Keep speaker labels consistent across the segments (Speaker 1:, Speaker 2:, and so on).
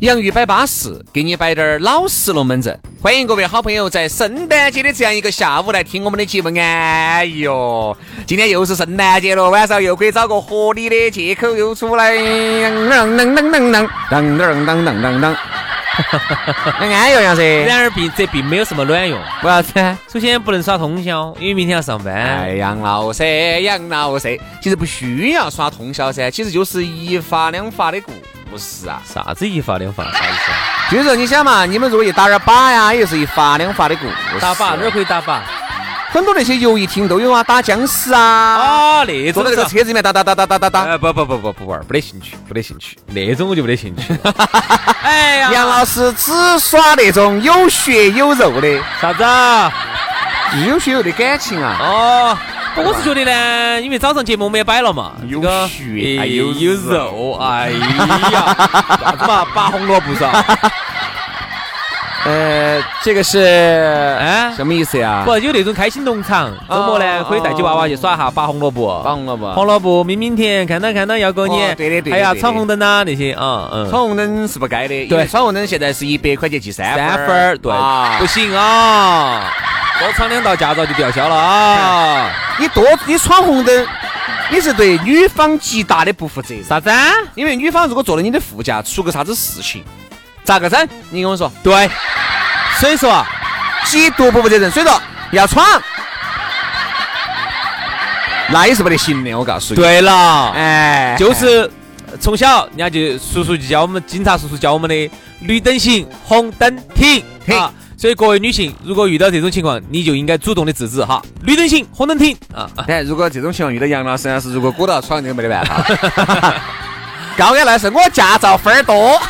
Speaker 1: 洋芋摆巴适，给你摆点儿老实龙门阵。欢迎各位好朋友在圣诞节的这样一个下午来听我们的节目。哎呦，今天又是圣诞节了，晚上又可以找个合理的借口又出来，当当当当当当当当当当当。安又样子，
Speaker 2: 然 而并这并没有什么卵用。
Speaker 1: 为啥子？
Speaker 2: 首先不能耍通宵，因为明天要上班。
Speaker 1: 哎，杨老师，杨老师，其实不需要耍通宵噻，其实就是一发两发的故事啊。
Speaker 2: 啥子一发两发？啥意思？啊
Speaker 1: 就是说，你想嘛，你们如果一打点靶呀，也就是一发两发的故事。啊
Speaker 2: 打靶哪儿可以打靶？
Speaker 1: 很多那些游艺厅都有啊，打僵尸啊，
Speaker 2: 啊，那种
Speaker 1: 坐在那个
Speaker 2: 是吧。
Speaker 1: 车啊子里面打打打打打打打。
Speaker 2: 哎，不不不不不玩，没得兴趣，没得兴趣，那种我就没得兴 趣。哎呀，
Speaker 1: 杨老师只耍那种有血有肉的，
Speaker 2: 啥子啊？
Speaker 1: 就是有血有肉的感情啊。
Speaker 2: 哦，不我是觉得呢，因为早上节目我们也摆了嘛，
Speaker 1: 有
Speaker 2: 这个
Speaker 1: 血
Speaker 2: 哎
Speaker 1: 还有
Speaker 2: 有肉，哎 呀，啥子嘛，拔红萝卜是吧？
Speaker 1: 呃，这个是
Speaker 2: 哎
Speaker 1: 什么意思啊呀？
Speaker 2: 不，有那种开心农场，周末呢
Speaker 1: 哦
Speaker 2: 可以带起娃娃去耍哈拔红萝卜。
Speaker 1: 绑了吧？
Speaker 2: 红萝卜、明明甜，看到看到要过
Speaker 1: 哦
Speaker 2: 年，
Speaker 1: 对的对的
Speaker 2: 还要
Speaker 1: 对的
Speaker 2: 闯红灯呐那些啊，嗯，
Speaker 1: 闯红灯是不该的，因
Speaker 2: 对
Speaker 1: 为闯红灯现在是一百块钱记三
Speaker 2: 三
Speaker 1: 分
Speaker 2: 分儿，对
Speaker 1: 啊，
Speaker 2: 不行 啊，多闯两道驾照就吊销了啊，
Speaker 1: 你多你闯红灯，你是对女方极大的不负责任。
Speaker 2: 啥子？啊
Speaker 1: 因为女方如果坐到你的副驾，出个啥子事情，咋个整？你跟我说，
Speaker 2: 对，所以说啊，
Speaker 1: 极度不负责任，所以说要闯，那也是没得行的，我告诉你。，
Speaker 2: 对了，
Speaker 1: 哎，
Speaker 2: 就是呃从小人家就叔叔就教我们，警察叔叔教我们的绿灯行，红灯停
Speaker 1: 停
Speaker 2: 啊。所以各位女性，如果遇到这种情况，你就应该主动的制止哈，绿灯行，红灯停啊。啊
Speaker 1: 哎，如果这种情况遇到杨老师，要是如果鼓捣闯，这个没得办法。高安老师，我驾照分儿多，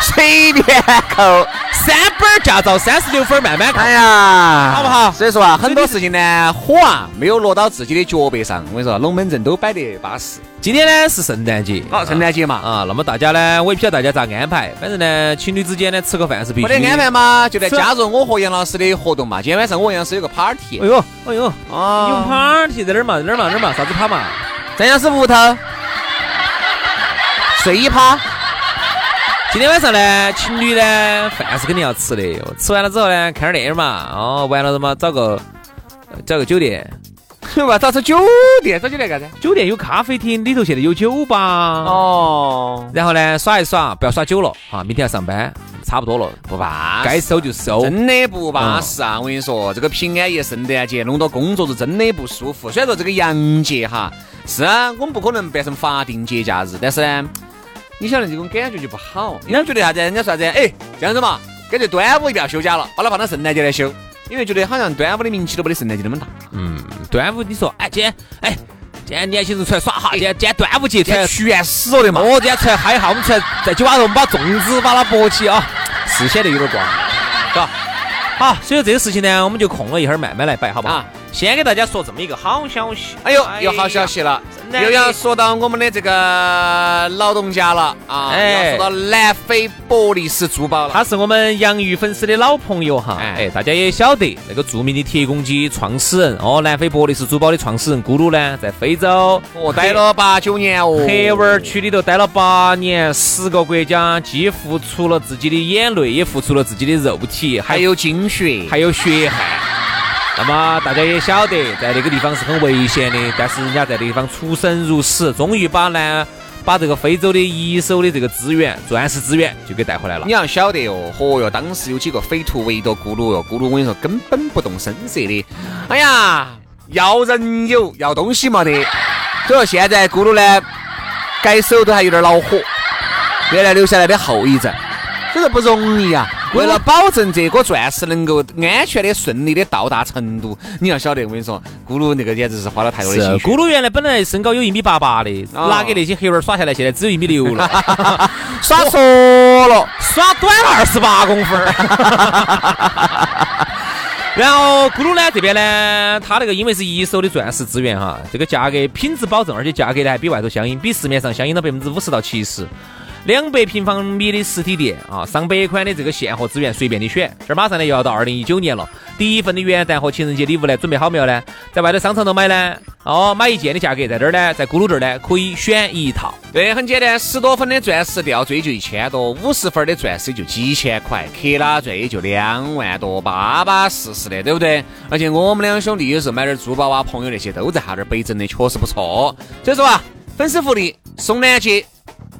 Speaker 1: 随便扣。
Speaker 2: 三本儿驾照三十六分儿慢慢考。
Speaker 1: 哎呀，
Speaker 2: 好不好
Speaker 1: 所以说啊，很多事情呢，火啊没有落到自己的脚背上。我跟你说，龙门阵都摆得巴适。
Speaker 2: 今天呢是圣诞节，
Speaker 1: 好，哦圣诞节嘛，
Speaker 2: 啊，那么大家呢，我也不晓得大家咋安排，反正呢，情侣之间呢吃个饭是必须
Speaker 1: 没
Speaker 2: 的。
Speaker 1: 得安排嘛，就来
Speaker 2: 是
Speaker 1: 加入我和杨老师的活动嘛。今天晚上我和杨老师有个 party
Speaker 2: 哎呦，哎呦，有
Speaker 1: 啊，
Speaker 2: party 在哪儿嘛？在哪儿嘛？哪儿嘛？啥子趴嘛？
Speaker 1: 在杨老师屋头睡一趴，
Speaker 2: 今天晚上呢，情侣呢饭是肯定要吃的，吃完了之后呢，看点电影嘛，哦，完了嘛，找个呃找个酒店，
Speaker 1: 哇，找找酒店，找酒店干啥？
Speaker 2: 酒店有咖啡厅，里头现在有酒吧，哦，
Speaker 1: 哦，
Speaker 2: 然后呢耍一耍，不要耍久了啊，明天要上班，差不多了，
Speaker 1: 不巴
Speaker 2: 该
Speaker 1: 适，
Speaker 2: 收就收。
Speaker 1: 真的不巴适啊！我跟你说，这个平安夜、圣诞节弄到工作日真的不舒服。虽然说这个洋节哈，是啊，我们不可能变成法定节假日，但是呢，你晓得这种感觉就不好。人家觉得啥子？人家说啥子？哎，这样子嘛，干脆端午就不要休假了，把它放到圣诞节来休，因为觉得好像端午的名气都没得圣诞节那么大。
Speaker 2: 嗯，端午你说，哎，今天，哎，今天年轻人出来耍哈，今天今天端午节出来
Speaker 1: 全死了的嘛。
Speaker 2: 哦，今天出来嗨一下，我们出来在酒吧头，我们把粽子把它剥起啊，是显得有点光，是吧？好，所以这个事情呢，我们就空了一会儿慢慢来摆，好不好？
Speaker 1: 啊
Speaker 2: 先给大家说这么一个好消息，
Speaker 1: 哎呦，有好消息了，
Speaker 2: 哎呀
Speaker 1: 又要说到我们的这个老东家了啊！
Speaker 2: 哎
Speaker 1: 要说到南非伯利斯珠宝了。
Speaker 2: 他是我们洋芋粉丝的老朋友哈，
Speaker 1: 哎
Speaker 2: 哎，大家也晓得那个著名的铁公鸡创始人哦，南非伯利斯珠宝的创始人咕噜呢，在非洲
Speaker 1: 哦，待了八九年哦，
Speaker 2: 黑湾区里头待了八年，十个国家，既付出了自己的眼泪，也付出了自己的肉体，
Speaker 1: 还
Speaker 2: 还有
Speaker 1: 有精血，
Speaker 2: 还有血汗。那么大家也晓得，在那个地方是很危险的，但是人家在那地方出生入死，终于把呢把这个非洲的一手的这个资源，钻石资源就给带回来了
Speaker 1: 你。要晓得哦，嚯哟，当时有几个匪徒围着咕噜哟，咕噜我跟你说根本不动声色的。哎呀，要人有，要东西没得。所以说现在咕噜呢，改手都还有点恼火，原来留下来的后遗症，所以说不容易啊。为了保证这颗钻石能够安全的、顺利的到达成都，你要晓得，我跟你说，咕噜那个简直是花了太多的
Speaker 2: 是
Speaker 1: 心血。
Speaker 2: 咕噜原来本来身高有一米八八的，
Speaker 1: 哦
Speaker 2: 拿给那些黑娃儿耍下来，现在只有一米六了， 啊
Speaker 1: 耍错了，
Speaker 2: 耍短了二十八公分 儿。然后咕噜呢这边呢，它那个因为是一手的钻石资源哈，这个价格品质保证，而且价格呢还比外头相应，比市面上相应了百分之五十到七十。两百平方米的实体店啊，上百款的这个现货资源随便你选。这儿马上呢又要到二零一九年了，第一份的元旦和情人节礼物呢准备好没有呢？在外头商场头买呢？哦，买一件的价格在这儿呢，在咕噜这儿呢可以选一套。
Speaker 1: 对，很简单，十多分的钻石吊坠就一千多，五十分的钻石就几千块，克拉钻也就两万多，巴巴适适的，对不对？而且我们两兄弟有时候买点珠宝啊，朋友那些都在他那儿摆整的，确实不错。所以说啊，粉丝福利送钻戒。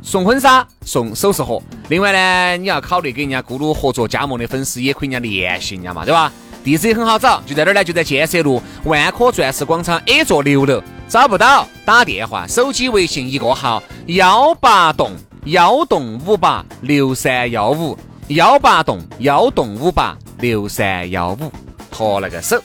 Speaker 1: 送婚纱，送首饰盒。另外呢，你要考虑给人家咕噜合作加盟的粉丝，也可以人家联系人家嘛，对吧？地址也很好找，就在哪儿呢？就在建设路万科钻石广场 A 座六楼。找不到，打电话，手机微信一个号：幺八栋幺栋五八六三幺五，幺八栋幺栋五八六三幺五，托了个手。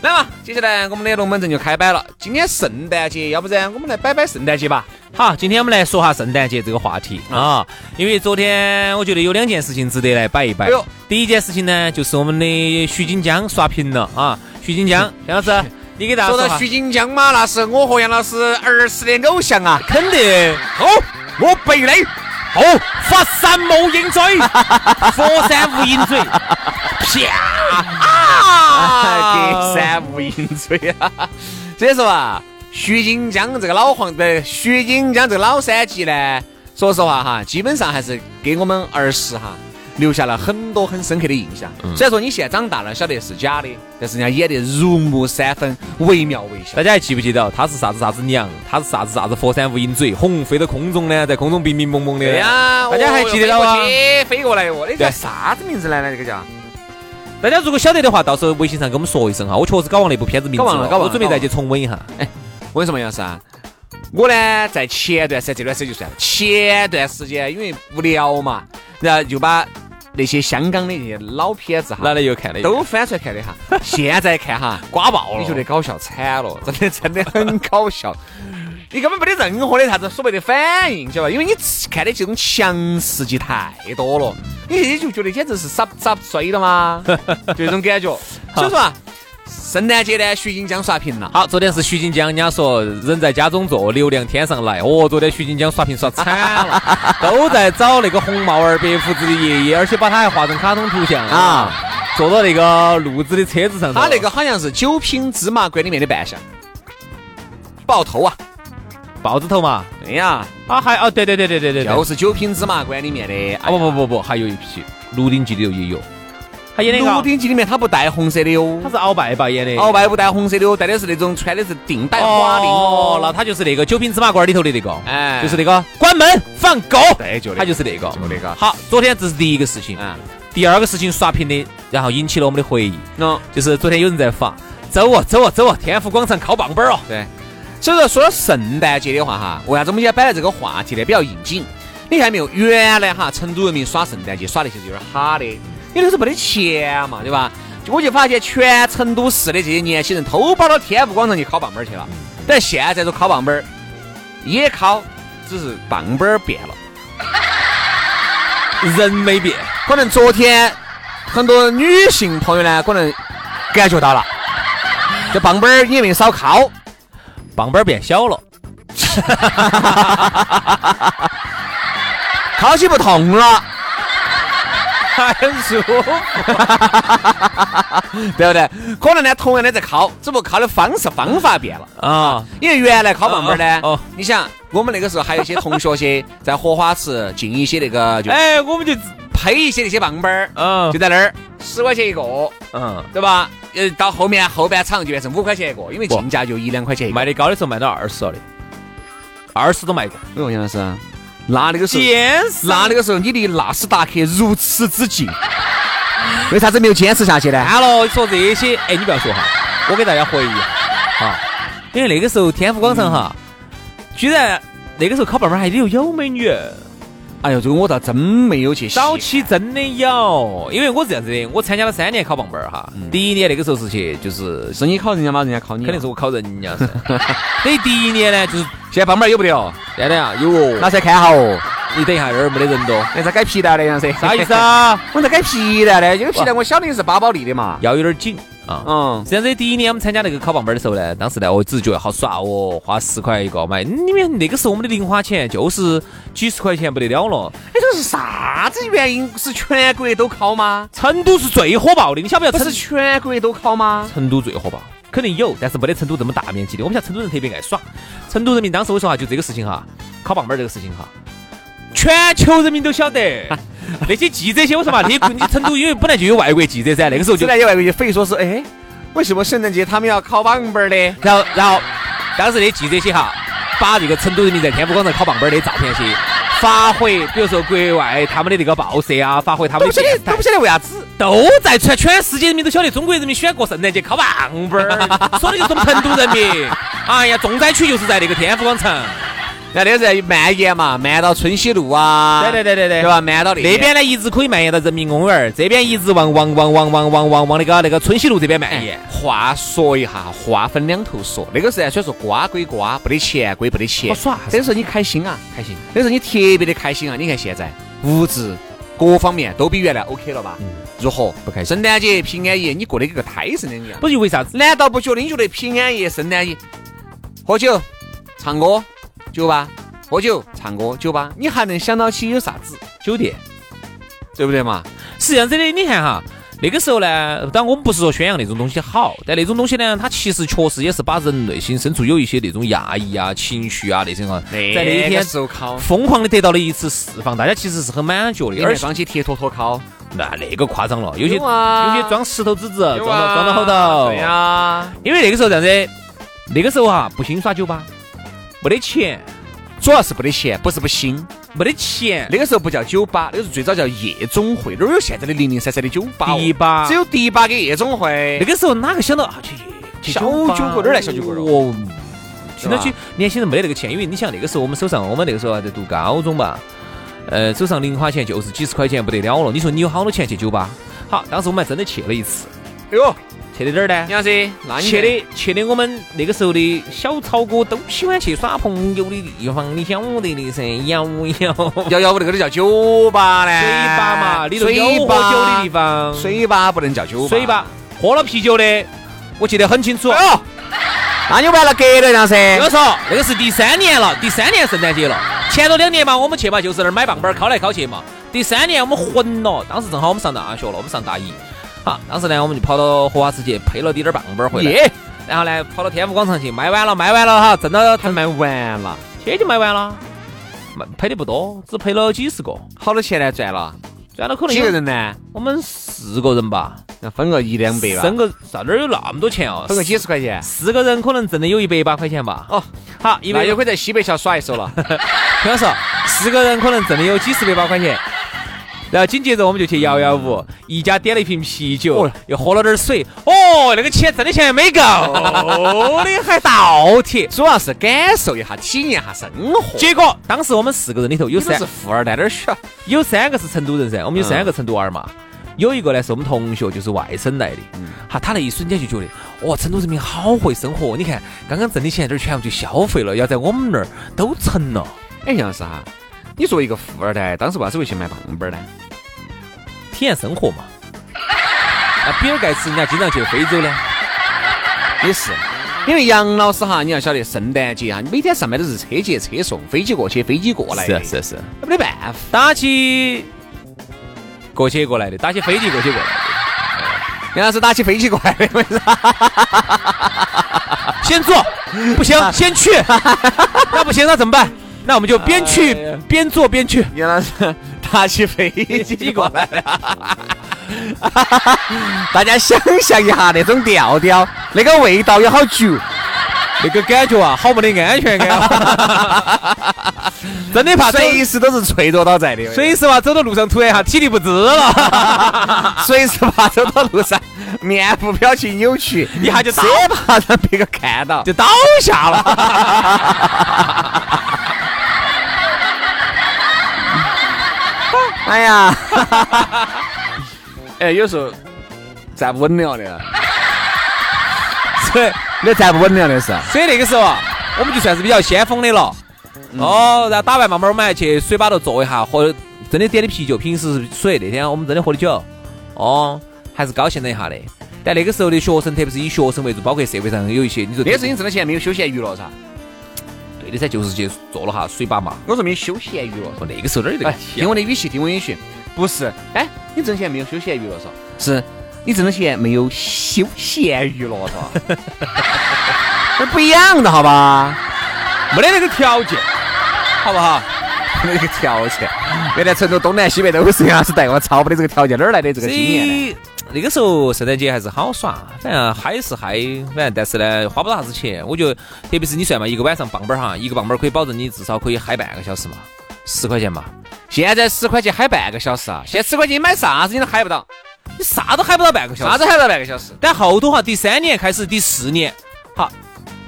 Speaker 1: 来嘛，接下来我们的龙门阵就开摆了。今天圣诞节，要不然我们来摆摆圣诞节吧。
Speaker 2: 好，今天我们来说下圣诞节这个话题啊，因为昨天我觉得有两件事情值得来摆一摆
Speaker 1: 哎呦。
Speaker 2: 第一件事情呢，就是我们的徐锦江刷屏了啊，徐锦 江，杨老师，你给大家
Speaker 1: 说
Speaker 2: 说
Speaker 1: 到
Speaker 2: 下
Speaker 1: 徐锦江嘛，那是我和杨老师儿时的偶像啊。
Speaker 2: 肯 定
Speaker 1: 好，哦我背你。
Speaker 2: 好，佛山无影嘴， 佛山无影嘴，啪
Speaker 1: 啊，
Speaker 2: 啊！
Speaker 1: 金山无影追啊！所以说啊，徐锦江这个老黄呃的徐锦江这个老三级呢，说实话哈，基本上还是给我们儿时哈留下了很多很深刻的印象。虽然说你现在长大了，晓得是假的，但是人家演得入木三分，惟妙惟肖
Speaker 2: 大。家还记不记得他是啥子啥子娘？他是啥子啥子佛山无影嘴？红飞到空中呢，在空中冰冰蒙蒙的。
Speaker 1: 对呀，哦
Speaker 2: 大家还记得到吗？
Speaker 1: 飞过去飞过来哟，那叫啥子名字来了？这个叫
Speaker 2: 大家如果晓得的话，到时候微信上跟我们说一声哈。我确实搞忘那部片子名字
Speaker 1: 搞忘了搞忘了哎
Speaker 2: 我准备再去重温一下。
Speaker 1: 为什么杨老师啊？我呢，在前段时间这段时间就算了，前段时间因为无聊嘛，然后就把那些香港的那些老片子
Speaker 2: 拿
Speaker 1: 哈，
Speaker 2: 来又看了一遍，
Speaker 1: 都翻出来看的哈。现在看哈，
Speaker 2: 瓜爆了。
Speaker 1: 你觉得搞笑惨了，真的真的很搞笑。 你根本没得任何的啥子所谓的反应，晓得吧？因为你看的这种强刺激太多了，你现在就觉得简直是傻傻衰了吗？就这种感觉。所以说啊，圣诞节呢，徐锦江刷 屏了。
Speaker 2: 好，昨天是徐锦江，人家说人在家中坐，流量天上来。哦，昨天徐锦江刷屏刷 惨了，都在找那个红帽儿白胡子的爷爷，而且把他还画成卡通图像
Speaker 1: 啊，
Speaker 2: 坐到那个路子的车子上头。
Speaker 1: 他那个好像是九品芝麻官里面的扮相，爆头啊！
Speaker 2: 豹子头嘛，
Speaker 1: 哎呀，
Speaker 2: 啊还哦对对对对对对对，
Speaker 1: 就
Speaker 2: 啊
Speaker 1: 是九品芝麻官里面的。哎呀
Speaker 2: 哦不不，不不，还有一批《鹿鼎记》里头也有，他演那
Speaker 1: 《鹿
Speaker 2: 个
Speaker 1: 鼎记》里面他不戴红色的哟
Speaker 2: 他，是鳌拜吧演的。
Speaker 1: 鳌拜不戴红色的哟，戴的是那种穿的是定带花翎
Speaker 2: 哦，那他就是那个《九品芝麻官》里头的那个，
Speaker 1: 哎
Speaker 2: 就是那个关门放狗，
Speaker 1: 对，就那个
Speaker 2: 他就是那个。
Speaker 1: 就那个。
Speaker 2: 好，昨天这是第一个事情，
Speaker 1: 啊，
Speaker 2: 第二个事情刷屏的，然后引起了我们的回忆，
Speaker 1: 那
Speaker 2: 就是昨天有人在发，走哦走哦走哦，天府广场靠棒棒儿哦，
Speaker 1: 对。所以说，说到圣诞节的话哈，为啥子我们今天摆了这个话题呢？比较应景。你看到没有？原来哈，成都人民耍圣诞节耍那些是有点哈的，因为那时候没得钱嘛，对吧？就我就发现全成都市的这些年轻人都跑到天府广场去烤棒棒儿去了。但现在这烤棒棒儿也烤，只是棒棒儿变了。
Speaker 2: 人没变，
Speaker 1: 可能昨天很多女性朋友呢，可能感觉到了，这棒棒儿也没少烤。
Speaker 2: 棒棒儿变小了，
Speaker 1: 烤起不同了，哎
Speaker 2: 很舒服。
Speaker 1: 对不对？可能呢，同样的在烤，只不过烤的方式方法变了。
Speaker 2: 啊，
Speaker 1: 因为原来烤棒棒呢，
Speaker 2: 哦哦
Speaker 1: 你想我们那个时候还有一些同学些在荷花池进一些那个就
Speaker 2: 哎，我们就
Speaker 1: 配一些那些棒棒儿，
Speaker 2: 嗯
Speaker 1: 就在那儿十块钱一个，
Speaker 2: 嗯，
Speaker 1: 对吧？呃，到后面后半场就变成五块钱一个，因为进价就一两块钱一个。
Speaker 2: 卖的高的时候卖到二十了的，二十都卖过。
Speaker 1: 哎呦，杨老师，那那个时候，
Speaker 2: 坚
Speaker 1: 那
Speaker 2: 那
Speaker 1: 那个时候你离纳斯达克如此之 近，为啥子没有坚持下去呢？
Speaker 2: 干了，你说这些，哎，你不要说哈，
Speaker 1: 嗯
Speaker 2: 我给大家回忆一下啊，因为那个时候天府广场哈，居然那个时候烤棒棒还里头有美女，
Speaker 1: 哎呦，这个我倒真没有去细
Speaker 2: 早期真的有，因为我是这样子的，我参加了三年烤棒棒儿哈，第一年那个时候是去就是。
Speaker 1: 是你考人家吗？人家考你啊？
Speaker 2: 肯定是我考人家 噻，所以第一年呢，就是
Speaker 1: 现在棒棒有不得哦，
Speaker 2: 真的啊，有哦，
Speaker 1: 拿出来看下哦。
Speaker 2: 你等一下，这儿没得人多，
Speaker 1: 哎，在改皮带的样噻？
Speaker 2: 啥意思？啊？
Speaker 1: 我在改皮带的，这个皮带我晓得是八宝莉的嘛。
Speaker 2: 腰有点紧啊。
Speaker 1: 嗯，
Speaker 2: 这样子，第一年我们参加那个烤棒棒儿的时候呢，当时呢，我只是觉得好耍哦，花十块一个买，你们那个时候我们的零花钱就是几十块钱不得了了。
Speaker 1: 哎，这是啥子原因？是全国都考吗？
Speaker 2: 成都是最火爆的，你晓不晓得？
Speaker 1: 不是
Speaker 2: 成
Speaker 1: 全国都考吗？
Speaker 2: 成都最火爆，肯定有，但是没得成都这么大面积的。我们晓得成都人特别爱耍，成都人民当时我说哈，就这个事情哈，烤棒棒儿这个事情哈，全球人民都晓得。 那些记者些，我说嘛，那些你成都因为本来就有外国记者噻，那个时候就
Speaker 1: 就，来有外国就非说是，哎，为什么圣诞节他们要考棒棒呢？
Speaker 2: 然后然后当时那些记者些哈，把这个成都人民在天府广场烤棒棒儿的照片些发回，比如说国外他们的那个报社啊，发回他们
Speaker 1: 都不
Speaker 2: 的
Speaker 1: 晓得
Speaker 2: 电，
Speaker 1: 都
Speaker 2: 台
Speaker 1: 不晓得为啥子。
Speaker 2: 都在传，全世界人民都晓得中国人民喜欢过圣诞节烤棒棒儿，说的就是我们成都人民。哎呀，重灾区就是在那个天府广场，
Speaker 1: 那那是蔓延嘛，蔓到春熙路啊，
Speaker 2: 对对对对对
Speaker 1: 对吧？蔓到那
Speaker 2: 那边呢一直可以蔓延到人民公园，这边一直往往往往往往往往那个那个春熙路这边蔓延。
Speaker 1: 哎话说一下，话分两头说。那个时候虽然说瓜归瓜，不得钱归不得钱，
Speaker 2: 好耍还是
Speaker 1: 那个时候你开心啊，
Speaker 2: 开心，
Speaker 1: 那个时候你特别的开心啊。你看现在物质各方面都比原来 OK 了吧？如何？
Speaker 2: 嗯不开心
Speaker 1: 圣诞节、平安夜，你过得跟个胎神两样。
Speaker 2: 不是因为啥子？
Speaker 1: 难道不觉得你觉得平安夜、圣诞夜喝酒、唱歌、酒吧、喝酒、唱歌、酒吧，你还能想到起有啥子？
Speaker 2: 酒店
Speaker 1: 对不对嘛？
Speaker 2: 是这样子的，你看哈。那个时候呢，当然我们不是说宣扬那种东西好，但那种东西呢，它其实确实也是把人内心深处有一些那种压抑啊、情绪啊那些哈，在那一天
Speaker 1: 时候考，
Speaker 2: 疯狂的得到了一次释放，大家其实是很满足的，
Speaker 1: 而
Speaker 2: 而且
Speaker 1: 装起铁坨坨考，
Speaker 2: 那哎那个夸张了，有些
Speaker 1: 有啊
Speaker 2: 些装石头子子，装
Speaker 1: 有
Speaker 2: 到
Speaker 1: 啊
Speaker 2: 装到后头
Speaker 1: 对，呀，
Speaker 2: 因为那个时候这样子，那个时候哈不兴耍酒吧，没得钱，
Speaker 1: 主要是不得钱，不是不行。
Speaker 2: 没得钱，
Speaker 1: 那个时候不叫酒吧，那个时候最早叫夜总会，哪有现在的零零散散的酒吧哦？
Speaker 2: 迪吧
Speaker 1: 只有迪吧跟夜总会
Speaker 2: 那。个时候哪个想到啊去去
Speaker 1: 小
Speaker 2: 吧
Speaker 1: 酒馆哪儿来小酒馆哦
Speaker 2: 哦，现在
Speaker 1: 是
Speaker 2: 去
Speaker 1: 吧
Speaker 2: 年轻人没得那个钱，因为你想那个时候我们手上，我们那个时候啊还在读高中吧，呃，手上零花钱就是几十块钱不得了了，你说你有好多钱去酒吧？好，当时我们还真的去了一次，
Speaker 1: 哎呦，
Speaker 2: 去的哪儿呢？
Speaker 1: 杨老师，那你
Speaker 2: 去的去的，我们那个时候的小草哥都喜欢去耍朋友的地方，你晓得的噻，摇摇水
Speaker 1: 幺幺五那个都叫酒吧呢？
Speaker 2: 吧嘛，里头有
Speaker 1: 哎
Speaker 2: 喝酒
Speaker 1: 水
Speaker 2: 的
Speaker 1: 吧
Speaker 2: 地，方，
Speaker 1: 水吧不能叫酒吧。
Speaker 2: 水吧，喝了啤酒的，我记得很清楚。啊
Speaker 1: 哎呦，那你玩了格了，杨
Speaker 2: 那个
Speaker 1: 噻。
Speaker 2: 时候，那个是第三年了，第三年圣诞节了。前头两年嘛，我们去嘛，就是那儿买棒棒儿，敲来敲去嘛。第三年我们混了，当时正好我们上大学了，我们上大一。好，当时呢，我们就跑到荷花池去配了滴点儿棒棒儿回来，
Speaker 1: 耶，
Speaker 2: 然后呢，跑到天府广场去卖完了，卖完了哈，挣到
Speaker 1: 还卖完了，
Speaker 2: 车就卖完了，卖赔的不多，只赔了几十个，
Speaker 1: 好多钱呢赚了？
Speaker 2: 赚了可能
Speaker 1: 几
Speaker 2: 有
Speaker 1: 个人呢？
Speaker 2: 我们四个人吧，
Speaker 1: 要分个一两百吧，
Speaker 2: 挣个啥哪儿有那么多钱哦？
Speaker 1: 分个几十块钱。
Speaker 2: 四个人可能挣的有一百八块钱吧。
Speaker 1: 哦，
Speaker 2: 好，一
Speaker 1: 那
Speaker 2: 百
Speaker 1: 又可以在西北桥耍一手了。
Speaker 2: 听我说，四个人可能挣的有几十百八块钱。然后紧接着我们就去摇摇舞，一家点了一瓶啤酒
Speaker 1: 哦，
Speaker 2: 又喝了点水。哦，那个钱挣的钱没够哦的， 还倒贴。
Speaker 1: 主要是感受一下，体验一下生活。
Speaker 2: 结果当时我们四个人里头有
Speaker 1: 有三
Speaker 2: 三
Speaker 1: 是富二代，哪儿需要？
Speaker 2: 有三个是嗯成都人噻，我们有三个成都娃儿嘛。有一个呢是我们同学，就是外省来的，哈，他那一瞬间就觉得，哇，哦成都人民好会生活！你看，刚刚挣的钱这儿全部就消费了，要在我们那儿都成了。
Speaker 1: 哎，杨老师哈，你作为一个富二代，当时为啥子会去买棒棒儿呢？
Speaker 2: 体验生活嘛。啊那比尔盖茨人家经常去非洲呢，
Speaker 1: 也是，因为杨老师哈，你要晓得，圣诞节哈，你每天上班都是车接车送，飞机过去，飞机过来的，
Speaker 2: 是是，
Speaker 1: 没得办法。
Speaker 2: 打起过去过来的，打起飞机过去过来的。
Speaker 1: 杨老师打起飞机过来的，为啥？
Speaker 2: 先做不行，先去，那不行那怎么办？那我们就边去
Speaker 1: 哎呀
Speaker 2: 边做边去。
Speaker 1: 杨老师打起飞机过来的。大家想象一下那种调调，那个味道有好足。
Speaker 2: 那个感觉啊，好没得安全感、 真的怕走，
Speaker 1: 啊随时都是脆弱到在的，
Speaker 2: 随时嘛走到路上突然一下体力不支了，啊
Speaker 1: 随时怕走到路 上，面部表情扭曲，
Speaker 2: 一下就倒
Speaker 1: 生怕让别个看到。
Speaker 2: 就倒下了。
Speaker 1: 哎呀， 哎，有时候站不稳了的，
Speaker 2: 所 以
Speaker 1: 你站不稳了的是。
Speaker 2: 所以那个时候啊，我们就算是比较先锋的了。
Speaker 1: 嗯
Speaker 2: 哦，然后打完嘛，慢慢我们还去水吧头坐一下，喝真的点的啤酒，平时是水。那天我们真的喝的酒，哦，还是高兴了一下的。但那个时候的学生，特别是以学生为主，包括社会上有一些，你说
Speaker 1: 那时候你挣的钱没有休闲娱乐噻？
Speaker 2: 对的噻，就是去坐了哈水吧嘛。
Speaker 1: 我说没有休闲娱乐。
Speaker 2: 哦，那个时候哪儿有这个
Speaker 1: 哎，
Speaker 2: 体
Speaker 1: 听
Speaker 2: 啊？
Speaker 1: 我的语气，听我的语气，不是，哎，你挣钱没有休闲娱乐嗦？是，你挣的钱没有休闲娱乐 嗦？那不一样的好吧？
Speaker 2: 没得那个条件，好不好？
Speaker 1: 没这个条件，原来成都东南西北都是杨老师带我操，没得这个条件，哪儿来的这个
Speaker 2: 所
Speaker 1: 经验呢？
Speaker 2: 以那个时候圣诞节还是好耍，反正嗨是嗨，反正但是呢，花不到啥子钱。我觉得，特别是你算嘛，一个晚上棒棒儿哈，一个棒棒儿可以保证你至少可以嗨半个小时嘛，十块钱嘛。
Speaker 1: 现在十块钱嗨半个小时啊，现在十块钱买啥子你都嗨不到，
Speaker 2: 你啥都嗨不到半个小时。
Speaker 1: 啥子？嗨不到半个小时
Speaker 2: 但后头哈，第三年开始，第四年，好，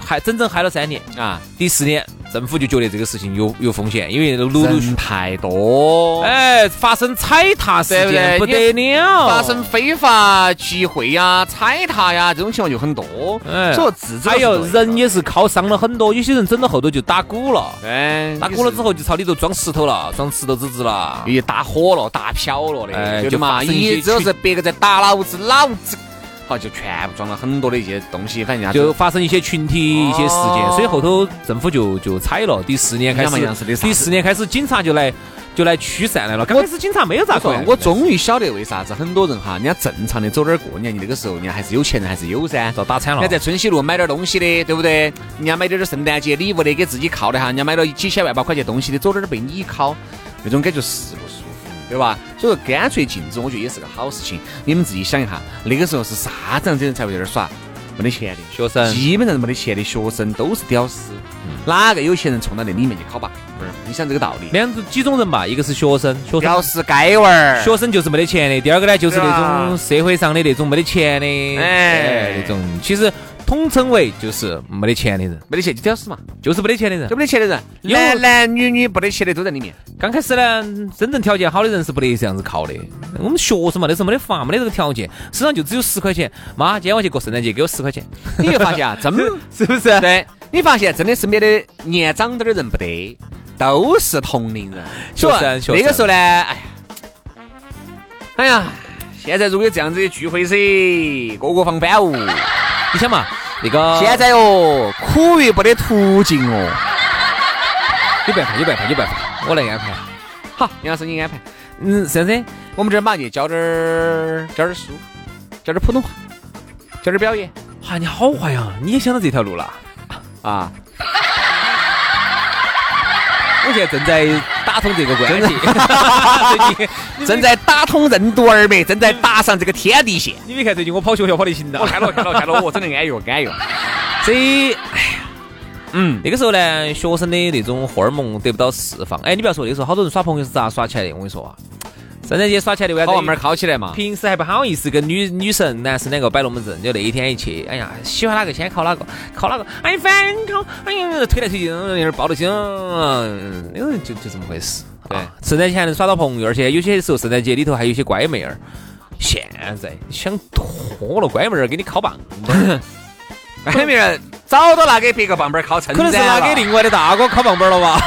Speaker 2: 嗨，整整嗨了三年。
Speaker 1: 啊？
Speaker 2: 第四年，政府就觉得这个事情有有风险，因为陆陆续
Speaker 1: 人太多，
Speaker 2: 哎发生踩踏事件
Speaker 1: 对
Speaker 2: 不
Speaker 1: 不
Speaker 2: 得
Speaker 1: 对
Speaker 2: 了，
Speaker 1: 发生非法集会呀、踩踏呀这种情况就很多，
Speaker 2: 哎
Speaker 1: 所以自知
Speaker 2: 还有人
Speaker 1: 也
Speaker 2: 也是靠伤了很多，有些人整到后头就打鼓了。
Speaker 1: 哎，
Speaker 2: 打鼓了之
Speaker 1: 后
Speaker 2: 后就朝里头装石头了，装石头子子了。
Speaker 1: 也打火了、打飘了
Speaker 2: 哎
Speaker 1: 的，对的
Speaker 2: 就
Speaker 1: 嘛，
Speaker 2: 发生一些
Speaker 1: 一只要是别个在打老子，老子好就全部装了很多的一些东西，反正人家
Speaker 2: 就发生一些群体一些事件，
Speaker 1: 哦
Speaker 2: 所以后头政府就就踩了。第四年开
Speaker 1: 你看嘛杨老师
Speaker 2: 始，
Speaker 1: 的啥子
Speaker 2: 第四年开始警察就来就来驱散来了。刚开始警察没有咋
Speaker 1: 我
Speaker 2: 管
Speaker 1: 说，我终于晓得为啥子很多人哈，人家正常的走哪儿过年，你那个时候人家还是有钱人还是有噻。
Speaker 2: 遭打惨
Speaker 1: 人
Speaker 2: 了
Speaker 1: 家。在春熙路买点东西的，对不对？人家买点点圣诞节礼物的，给自己犒了一下。人家买了几千万把块钱东西的，走哪儿被你犒，那种感觉是不舒服，对吧？所以说干脆禁止，我觉得也是个好事情。你们自己想一下，那个时候是啥子样子的人才会在那儿耍？没得钱的
Speaker 2: 学生嗯
Speaker 1: 基本上是没得钱的学生都是屌丝，哪个有钱人冲到那里面去考吧？不是，你想这个道理。
Speaker 2: 两几种人嘛，一个是学生，学生
Speaker 1: 屌丝该玩儿，
Speaker 2: 学生就是没得钱的；第二个呢，就是那
Speaker 1: 对
Speaker 2: 种
Speaker 1: 啊
Speaker 2: 社会上的那种没得钱的，
Speaker 1: 哎
Speaker 2: 那种其实统称为就是没得钱的人，
Speaker 1: 没得钱就屌丝嘛。
Speaker 2: 就是没得钱的人
Speaker 1: 就。没得钱的人，
Speaker 2: 因为
Speaker 1: 男男女女不得钱的都在里面。
Speaker 2: 刚开始呢，真正条件好的人是不得这样子靠的。我们学生嘛，那时候没得法，没得这个条件，身上就只有十块钱。妈，今天我去过圣诞节，给我十块钱，
Speaker 1: 你就发现啊，真
Speaker 2: 是不是？
Speaker 1: 对，你发现真的身边的年长点的人不得，都是同龄人。
Speaker 2: 学生
Speaker 1: 所以
Speaker 2: 学生
Speaker 1: 那个时候呢，哎呀，哎呀，现在如果有这样子的聚会噻，个个 放班务。哦
Speaker 2: 你想嘛，那个
Speaker 1: 现在哟，苦于不得途径 哦。
Speaker 2: 有办法，有办法，有办法，我来安排。
Speaker 1: 好，杨老师你安排，
Speaker 2: 嗯，是这样子，
Speaker 1: 我们这儿马上就教点儿教点儿书，教点儿普通话，教点儿表演
Speaker 2: 哇，你好坏呀，你也想到这条路了。
Speaker 1: 啊。
Speaker 2: 我现在正在打通这个关系， 最近
Speaker 1: 正在打通任督二脉，正在打上这个天地线。
Speaker 2: 你没看最近我跑学校跑得勤的
Speaker 1: 我。看了看了看了，我真的安逸哦安逸哦。
Speaker 2: 这
Speaker 1: 嗯，
Speaker 2: 那个时候呢，学生的那种荷尔蒙得不到释放。哎，你不要说，那时候好多人耍朋友是咋耍起来的？我跟你说啊，圣诞节耍起来的晚
Speaker 1: 好慢
Speaker 2: 上
Speaker 1: 慢儿。烤起 来嘛。
Speaker 2: 平时还不好意思跟女女神、男生两个摆龙门阵，就那一天一去，哎呀，喜欢哪个先靠哪个，靠哪个，哎反靠，哎呀，推来推去，嗯有点抱得紧，嗯，嗯就就这么回事。
Speaker 1: 对
Speaker 2: 啊，圣诞节还能耍到朋友，而且有些时候圣诞节里头还有一些乖妹儿。现在想脱了乖妹儿给你烤棒，
Speaker 1: 外面早都拿给别个棒棒儿烤撑
Speaker 2: 可能是拿给另外的大哥烤棒棒了吧？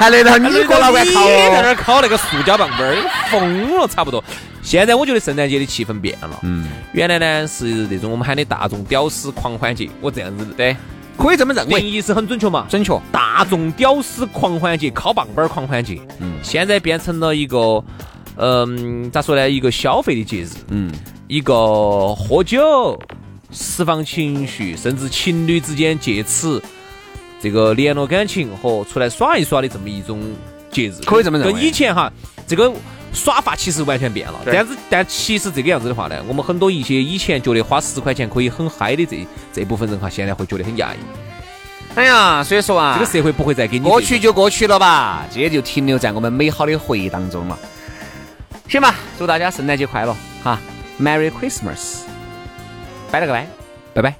Speaker 1: 还轮到你 过来玩烤
Speaker 2: 你在那
Speaker 1: 哦。
Speaker 2: 儿烤那个塑胶棒棒儿，哎疯了差不多。现在我觉得圣诞节的气氛变了，
Speaker 1: 嗯，
Speaker 2: 原来呢是那种我们喊的大众屌丝狂欢节，我这样子
Speaker 1: 对，可以这么认
Speaker 2: 定
Speaker 1: 为，
Speaker 2: 义是很准确嘛？
Speaker 1: 准确。
Speaker 2: 大众屌丝狂欢节、烤棒棒儿狂欢节，
Speaker 1: 嗯
Speaker 2: 现在变成了一个，嗯、咋说呢？一个消费的节日，
Speaker 1: 嗯，
Speaker 2: 一个喝酒、释放情绪，甚至情侣之间借此这个联络感情和出来耍一耍的这么一种节日，
Speaker 1: 可以这么认为
Speaker 2: 跟以前哈，这个耍法其实完全变了。
Speaker 1: 对
Speaker 2: 但是，但其实这个样子的话呢，我们很多一些以前觉得花十块钱可以很嗨的这这部分人哈，现在会觉得很压抑。
Speaker 1: 哎呀，所以说啊，
Speaker 2: 这个社会不会再给你
Speaker 1: 过
Speaker 2: 这
Speaker 1: 去就过去了吧，这就停留在我们美好的回忆当中了。行吧，祝大家圣诞节快乐哈，Merry Christmas，拜了个拜。
Speaker 2: 拜拜。